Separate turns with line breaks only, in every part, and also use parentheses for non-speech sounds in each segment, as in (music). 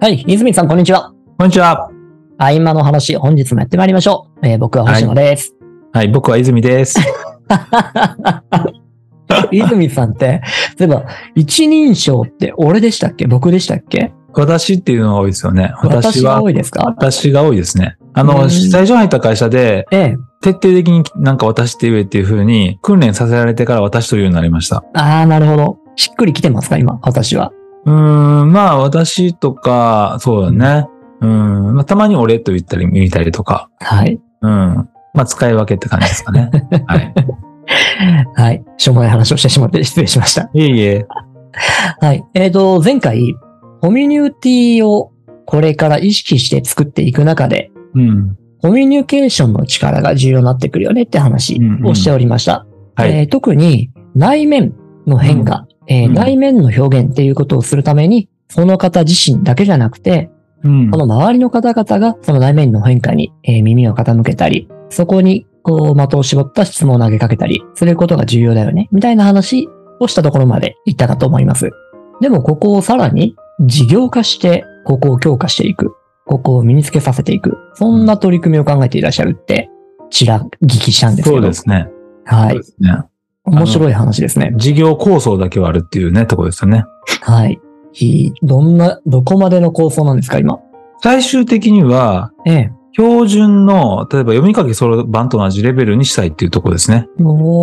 はい、泉さん、こんにちは。
こんにちは。
合間の話、本日もやってまいりましょう。えー僕は星野です。
はい、僕は
(laughs)
泉です。
泉さんって、 (laughs) 例えば、一人称って俺でしたっけ僕でしたっけ
私っていうのが多いですよね。私
私
は
が、多いですか
私が多いですね。あ
う
の、
ん
最初入った会社で、
ええ。
徹底的になんか私って言えっていう風に訓練させられてから私というようになりました。
ああ、なるほど。しっくりきてますか今、私は。
うーん、まあ私とか、そうだね。うん、まあたまに俺と言ったり見たりとか。
はい。
うん。まあ使い分けって感じですかね。
(laughs)
はい。
はい。しょうもない話をしてしまって失礼しました。
いえいえ。
はい。えっ、と、前回、コミュニティをこれから意識して作っていく中で、
うん。
コミュニケーションの力が重要になってくるよねって話をしておりました。
はい。
えー特に内面の変化、えー
うん
内面の表現っていうことをするために、その方自身だけじゃなくて、
うん
そ。の周りの方々がその内面の変化に、えー耳を傾けたり、そこにこう的を絞った質問を投げかけたりすることが重要だよね、みたいな話をしたところまでいったかと思います。でもここをさらに事業化して、ここを強化していく、ここを身につけさせていく、そんな取り組みを考えていらっしゃるって、ちら聞きしたんですけど。
そうで。すね。
は
そう
い
で。すね。
面白い話ですね。
事業構想だけはあるっていうね、とこですよね。
はい。ひどんな、どこまでの構想なんですか、今。
最終的には、
ええ。
標準の、例えば読み書きそろばんと同じレベルにしたいっていうところですね。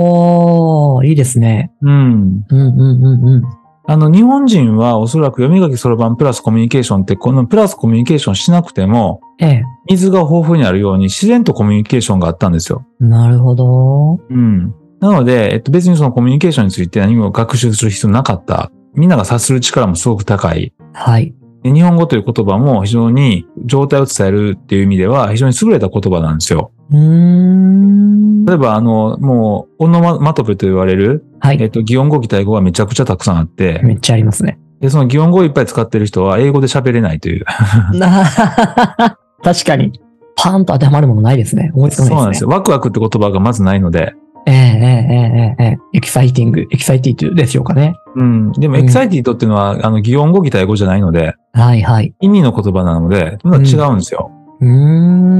おー、いいですね。
うん。
うんうんうんうん。
あの、日本人はおそらく読み書きそろばんプラスコミュニケーションって、このプラスコミュニケーションしなくても、
ええ。
水が豊富にあるように自然とコミュニケーションがあったんですよ。
なるほど。
うん。なので、えっと、別にそのコミュニケーションについて何も学習する必要なかった。みんなが察する力もすごく高い。
はい。
で日本語という言葉も非常に状態を伝えるっていう意味では非常に優れた言葉なんですよ。
うーん。
例えば、あの、もう、オノママトペと言われる、
は
えっ
い。
と、擬音語、擬態語がめちゃくちゃたくさんあって、
めっちゃありますね。
で、その擬音語をいっぱい使ってる人は英語で喋れないという。
な (laughs) 確かに。パンと当てはまるものないですね。思いつか
そうな
なんい
で
ですす
よ。
ね。
ワクワクって言葉がまずないので。
ええええええええエキサイティング、エキサイティトゥでしょうかね。
うん。でも、
うん
エキサイティドっていうのは、あの、擬音語、擬態語じゃないので、
はいはい。
意味の言葉なので、まだ違うんですよ。
うー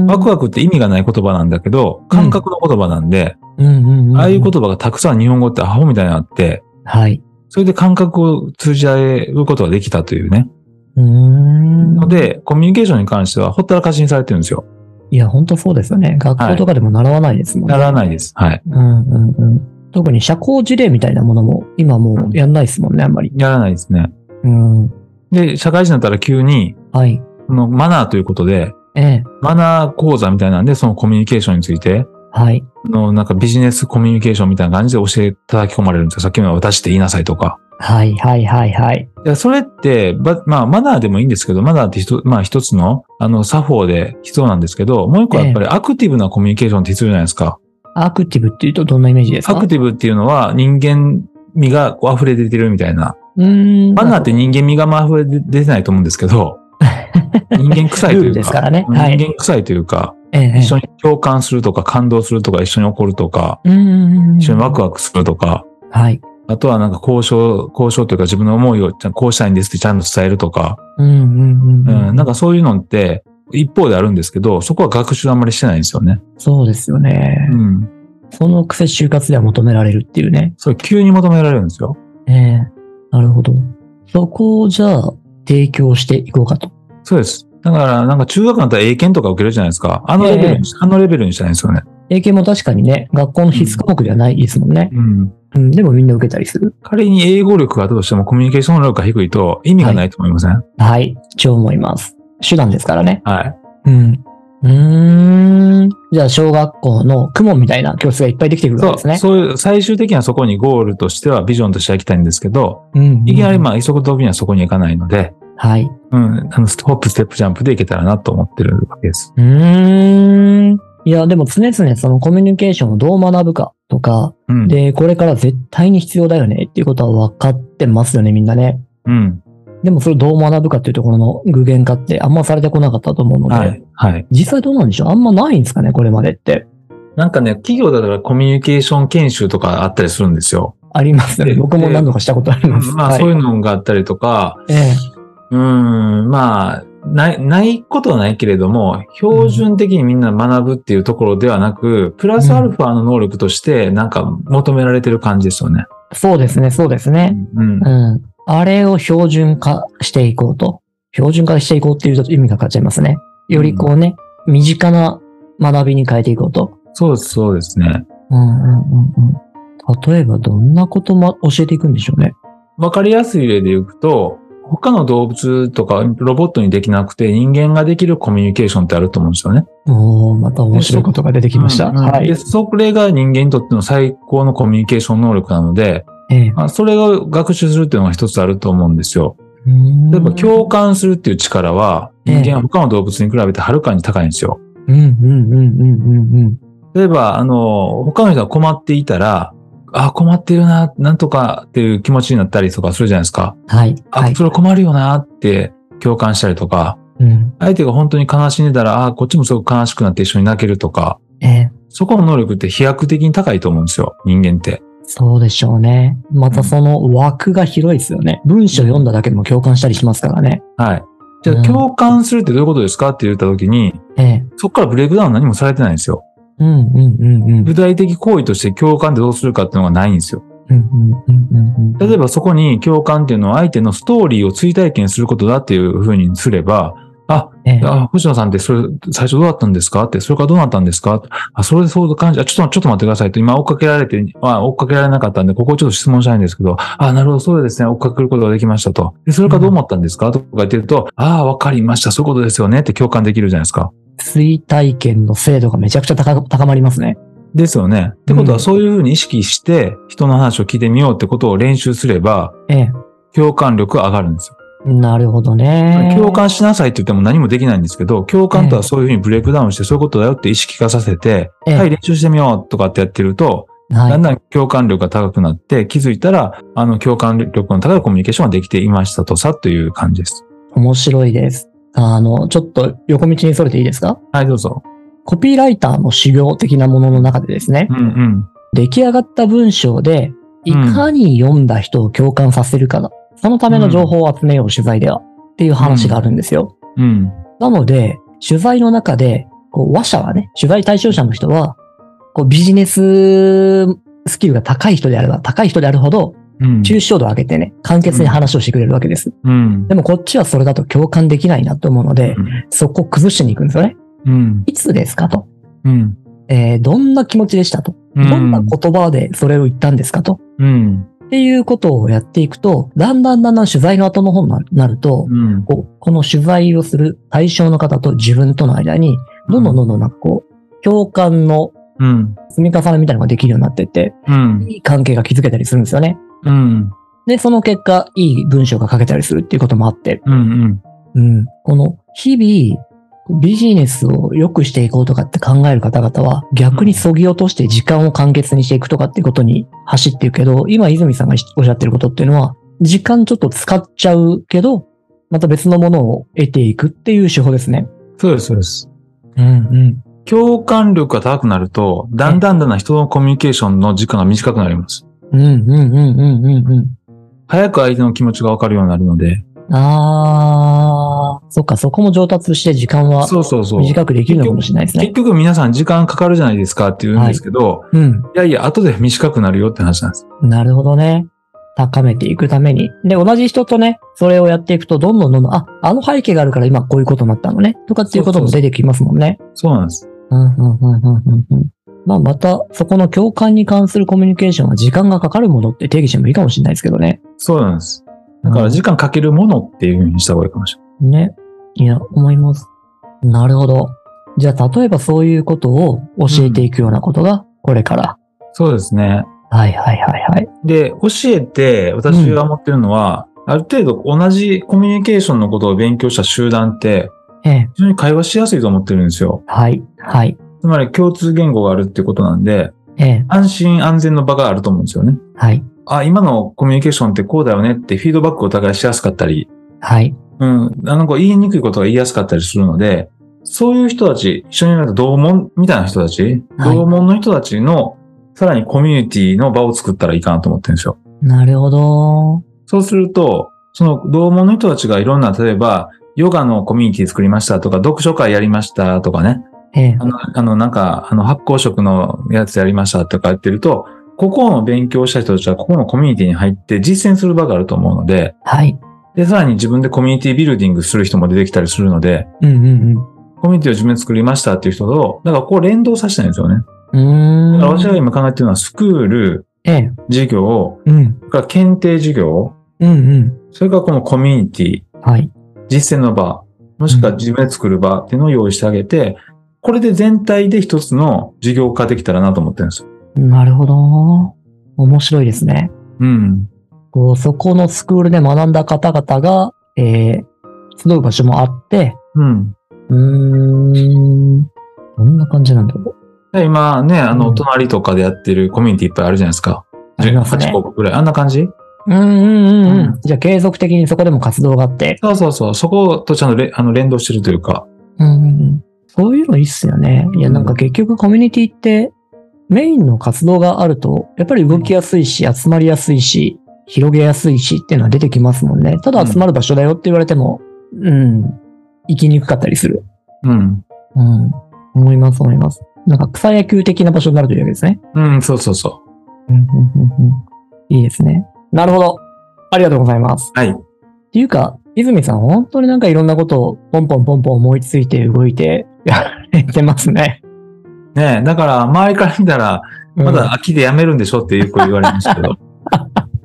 ん。
ワクワクって意味がない言葉なんだけど、感覚の言葉なんで、
うんうんうん。
ああいう言
と。
葉がたくさん日本語ってアホみたいになって、
はい。
それで感覚を通じ合えることができたというね。
うーん。
ので、コミュニケーションに関してはほったらかしにされてるんですよ。
いや、本当そうですよね。学校とかでも習わないですもんね。
ならないです。はい。
うんうんうん。特に社交辞令みたいなものも今もうやんないですもんね、あんまり。
やらないですね。
うん。
で、社会人になったら急に、
はい。
そのマナーということで、
ええ。
マナー講座みたいなんで、そのコミュニケーションについて、
はい。
あの、なんかビジネスコミュニケーションみたいな感じで教え、叩き込まれるんですよ。さっきの私って言いなさいとか。
はいはいはいはい。
いやそれって、ばまあ、マナーでもいいんですけど、マナーって一つ、まあ一つの、あの、作法で必要なんですけど、もう一個はやっぱりアクティブなコミュニケーションって必要じゃないですか。
アクティブっていうとどんなイメージです
ア
か
クティブっていうのは人間味がこう溢れ出てるみたいな。
うーん。
マナーって人間味がまあ溢れ出てないと思うんですけ
(laughs)
ど、人間臭いと
ルー
い
ル
う
で
か、
すからね。
人
はい。
間臭いというか、
ええ
一緒に共感するとか、感動するとか、一緒に怒るとか、
うんうんうん。
一緒にワクワクするとか、
はい。
あとはなんか交渉、交渉というか自分の思いをちゃんこうしたいんですってちゃんと伝えるとか、
うんうんうん。
うん、なんかそういうのって一方であるんですけど、そこは学習あんまりしてないんですよね。
そうですよね
う。ん。
そのくせ就活では求められるっていうね。
それ急に求められるんですよ。
ええ。なるほど。そこをじゃあ提供していこうかと。
そうです。だから、なんか中学だったら英検とか受けるじゃないですか。あのレベルにし、あのレベルにしたいんですよね。
英検も確かにね、学校の必須科目ではないですもんね。
うん。
うん、でもみんな受けたりする。
仮に英語力があったとしてもコミュニケーション能力が低いと意味がないと思いません、はい、
はい、超思います。手段ですからね。うん。うーん。じゃあ、小学校の公文みたいな教室がいっぱいできてくるわ
そ
け
う
ですね。
そういう、最終的にはそこにゴールとしてはビジョンとしては行きたいんですけど、
うんうんうん
いきなりまあ、一足飛びにはそこには行かないので、
はい。
うん、あの、ストップ、ステップ、ジャンプで行けたらなと思ってるわけです。
うーん。いや、でも常々そのコミュニケーションをどう学ぶかとか、
うん。
で、これから絶対に必要だよねっていうことは分かってますよね、みんなね。
うん。
でもそれをどう学ぶかっていうところの具現化ってあんまされてこなかったと思うので、
はい。はい。
実際どうなんでしょうあんまないんですかね、これまでって。
なんかね、企業だったらコミュニケーション研修とかあったりするんですよ。
ありますよね。
で
僕も何度かしたことあります。
まあ、
はい
そういうのがあったりとか、
ええ
うーん、まあ、ない、ないことはないけれども、標準的にみんな学ぶっていうところではなく、プラスアルファの能力として、なんか求められてる感じですよね。
そうですね、そうですね。
うん
う。ん。あれを標準化していこうと。標準化していこうっていうと意味が変わっちゃいますね。よりこうね、身近な学びに変えていこうと。
そうです、そうですね。
うんうんうんうん。例えばどんなことも教えていくんでしょうね。
わかりやすい例で言うと、他の動物とかロボットにできなくて人間ができるコミュニケーションってあると思うんですよね。
おー、また面白いことが出てきました。
うんうん
はい
で、。それが人間にとっての最高のコミュニケーション能力なので、
ええ
まあ、それを学習するっていうのが一つあると思うんですよ。例えば共感するっていう力は
ええ
人間は他の動物に比べてはるかに高いんですよ。
うんうんうんうんうんうん。
例えば、あの、他の人が困っていたら、あ、困ってるな、なんとかっていう気持ちになったりとかするじゃないですか。
はい。
あ、
はい。
それ困るよなって共感したりとか、
うん。
相手が本当に悲しんでたら、ああ、こっちもすごく悲しくなって一緒に泣けるとか、
ええ
そこの能力って飛躍的に高いと思うんですよ、人間って。
そうでしょうね。またその枠が広いですよね。文章読んだだけでも共感したりしますからね。
はい。じゃ
う
あ、
ん
共感するってどういうことですかって言った時に、
ええ。
そこからブレイクダウン何もされてないんですよ。
うんうんうんうん。
具体的行為として共感ってどうするかっていうのがないんですよ。
うんうんうんうんうん
例えばそこに共感っていうのは相手のストーリーを追体験することだっていうふうにすれば、
ええ
あ、星野さんってそれ、最初どうだったんですかって、それからどうなったんですかあ、それでそう感じ、あ、ちょっと、ちょっと待ってくださいと、今追っかけられて、あ、追っかけられなかったんで、ここをちょっと質問したいんですけど、あ、なるほど、そうですね、追っかけることができましたと。で、それからどう思ったんですかとか言ってると、ああ、わかりました、そういうことですよねって共感できるじゃないですか。
追体験の精度がめちゃくちゃ高高まりますね。
ですよね。ってこと
うん
は、そういうふうに意識して、人の話を聞いてみようってことを練習すれば、
ええ。
共感力が上がるんですよ。
なるほどね。
共感しなさいって言っても何もできないんですけど、共感とはそういうふうにブレイクダウンして、そういうことだよって意識化させて、
ええ
はい、練習してみようとかってやってると、
はい
だんだん共感力が高くなって、気づいたら、あの、共感力の高いコミュニケーションができていましたとさ、という感じです。
面白いです。あの、ちょっと横道にそれていいですか
はい、どうぞ。
コピーライターの修行的なものの中でですね
う、んうん。
出来上がった文章で、いかに読んだ人を共感させるかだ。そのための情報を集めよう、取材では。っていう話があるんですよ。
うん。
なので、取材の中で、こう、話者はね、取材対象者の人は、こう、ビジネススキルが高い人であれば、高い人であるほど、
うん。
抽象度を上げてね、簡潔に話をしてくれるわけです。
うん。
でもこっちはそれだと共感できないなと思うので、そこを崩してに行くんですよね。
うん。
いつですかと。
うん。
えーどんな気持ちでしたと。
う
どんな言葉でそれを言ったんですかと。
うん。
っていうことをやっていくと、だんだんだんだん取材の後の方になると、
うん。
こうこの取材をする対象の方と自分との間に、どんどんどんどんなんかこう、共感の
うん。
積み重ねみたいなのができるようになってって、
うん。
いい関係が築けたりするんですよね。
うん。
で、その結果、いい文章が書けたりするっていうこともあって、
うん。
うん。この日々、ビジネスを良くしていこうとかって考える方々は、逆に削ぎ落として時間を簡潔にしていくとかっていうことに走っていくけど、今泉さんがおっしゃってることっていうのは、時間ちょっと使っちゃうけど、また別のものを得ていくっていう手法ですね。
そうです、そうです。
うんうん。
共感力が高くなると、だんだんだんだん人のコミュニケーションの時間が短くなります。
うんうんうんうんうんうん。
早く相手の気持ちがわかるようになるので。
あー、そっか、そこも上達して時間は
そうそうそう。
短くできるのかもしれないです
結
ね。
局皆さん時間かかるじゃないですかって言うんですけど、
うん。
い、やいや、後で短くなるよって話なんです。
なるほどね。高めていくために。で、同じ人とね、それをやっていくと、どんどんどんどん、あ、あの背景があるから今こういうことになったのね。とかっていうことも出てきますもんね。
そうなんです。
うん、うん、うん、うん、うんうん。まあ、また、そこの共感に関するコミュニケーションは時間がかかるものって定義してもいいかもしれないですけどね。
そうなんです。だから時間かけるものっていうふうにした方がいいかもしれない。
うんね。いや、思います。なるほど。じゃあ、例えばそういうことを教えていくようなことが、これから。
そうですね。
はい、はい、はい、はい。
で、教えて私が思ってるのは、ある程度同じコミュニケーションのことを勉強した集団って、
ええ。
非常に会話しやすいと思ってるんですよ。
はい、はい。
つまり共通言語があるってことなんで、
ええ。
安心安全の場があると思うんですよね。
はい、
あ、今のコミュニケーションってこうだよねってフィードバックをお互いしやすかったり、
はい。
うん。あの、こう言いにくいことが言いやすかったりするので、そういう人たち、一緒になると同門みたいな人たち、
はい
同門の人たちの、さらにコミュニティの場を作ったらいいかなと思ってるんですよ。
なるほど。
そうすると、その同門の人たちがいろんな、例えば、ヨガのコミュニティ作りましたとか、読書会やりましたとかね、
ええ
あの、あのなんか、あの、発酵食のやつやりましたとか言ってると、ここの勉強した人たちは、ここのコミュニティに入って実践する場があると思うので、
はい。
で、さらに自分でコミュニティビルディングする人も出てきたりするので、
うん
コミュニティを自分で作りましたっていう人と、だからこう連動させたいんですよね。
うんうん。
だ
う
から
ー
私
ん。
が今考えてるのは、スクール、
ええ。
授業、
うん。
それから検定授業、
うんう
それからこのコミュニテ
ん。
ィ、
はい。
実践の場、もしくは自分で作る場っていうのを用意してあげて、これで全体で一つの事業化できたらなと思ってるんですよ。
なるほど。面白いですね。
うん。
こう、そこのスクールで学んだ方々が、えー、集う場所もあって、
うん。
うーん、どんな感じなんだろ
で今ね、あ
う
の、
ん
隣とかでやってるコミュニティいっぱいあるじゃないですか。
ありますね
8個ぐらい。あんな感じ
う。うんうん
うんうん
じゃあ継続的にそこでも活動があって、
そうそうそう。そことちゃんとれあの連動してるというか。
うんうんうん、そういうのいいっすよね。いや、
うん
なんか結局コミュニティって、メインの活動があると、やっぱり動きやすいし、集まりやすいし、広げやすいしっていうのは出てきますもんね。ただ集まる場所だよって言われても、うん、行きにくかったりする。
うん。
うん、思います思います。なんか草野球的な場所になるというわけですね。
うん、そうそうそ
うんうんうんうんいいですね。なるほど。ありがとうございます。
う。はい。
っていうか、泉さん、本当になんかいろんなことをポンポンポンポン思いついて動いてやれてますね。
ねえだから、周りから見たら、
うん
まだ、秋で辞めるんでしょってよく言われますけど。 (laughs)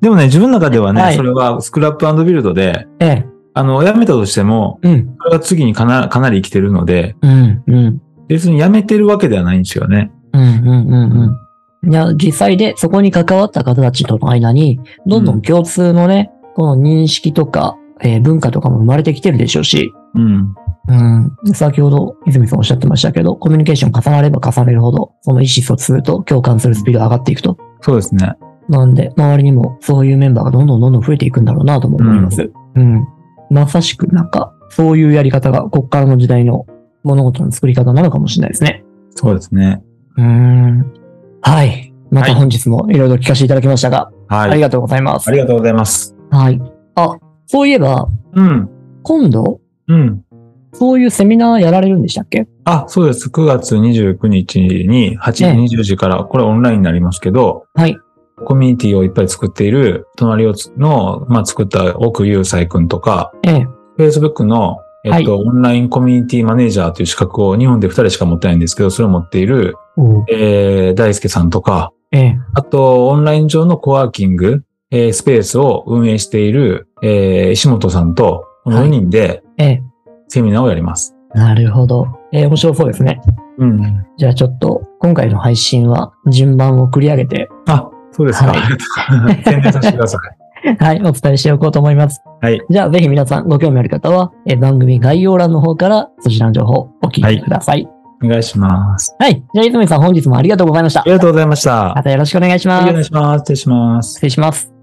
でもね、自分の中ではね、
はい
それはスクラップビルドで、
ええ、
あの、辞めたとしても、
うん、
それが次にかなかなり生きてるので、
うん、うん、
別に辞めてるわけではないんですよね。
うん、うん、うん、うん。いや、実際でそこに関わった方たちとの間に、どんどん共通のね、この認識とか、えー文化とかも生まれてきてるでしょうし、
うん。
うん。先ほど泉さんおっしゃってましたけど、コミュニケーション重なれば重ねるほど、その意思疎通と共感するスピードが上がっていくと。
そうですね。
なんで、周りにもそういうメンバーがどんどんどんどん増えていくんだろうなとも思います。うん。まさしくなんか、そういうやり方がこっからの時代の物事の作り方なのかもしれないですね。
そうですね。
うーん。はい。ま
は
た
い
本日もいろいろ聞かせていただきましたが、
はい。
ありがとうございます
あ。りがとうございます。
はい。あ、そういえば、
うん。
今度、
うん。
そういうセミナーやられるんでしたっけ
あ、そうです。9月29日に8時
ええ
20時から、これオンラインになりますけど、
はい。
コミュニティをいっぱい作っている、隣をつの、まあ、作った奥祐斎くんとか、
ええ。
Facebook の、えっと、オンラインコミュニティマネージャーという資格を日本で2人しか持ってないんですけど、それを持っている、
おう
えー、大輔さんとか、
ええ。
あと、オンライン上のコワーキング、えースペースを運営している、えー石本さんと、この4人で
ええ。
セミナーをやります。
なるほど。えー面白そうですね。
うん。
じゃあちょっと、今回の配信は順番を繰り上げて、
(laughs) あ、そうですか。
は
(laughs) 宣伝させてください。
はい、お伝えしておこうと思います。
はい。
じゃあぜひ皆さんご興味ある方は、えー番組概要欄の方からそちらの情報お聞きください。
お願いします。
はい、じゃあ泉さん本日もありがとうございました
あり。がとうございました。
またよろしくお願いしま
お
す
願い。します。失礼します。
失礼します。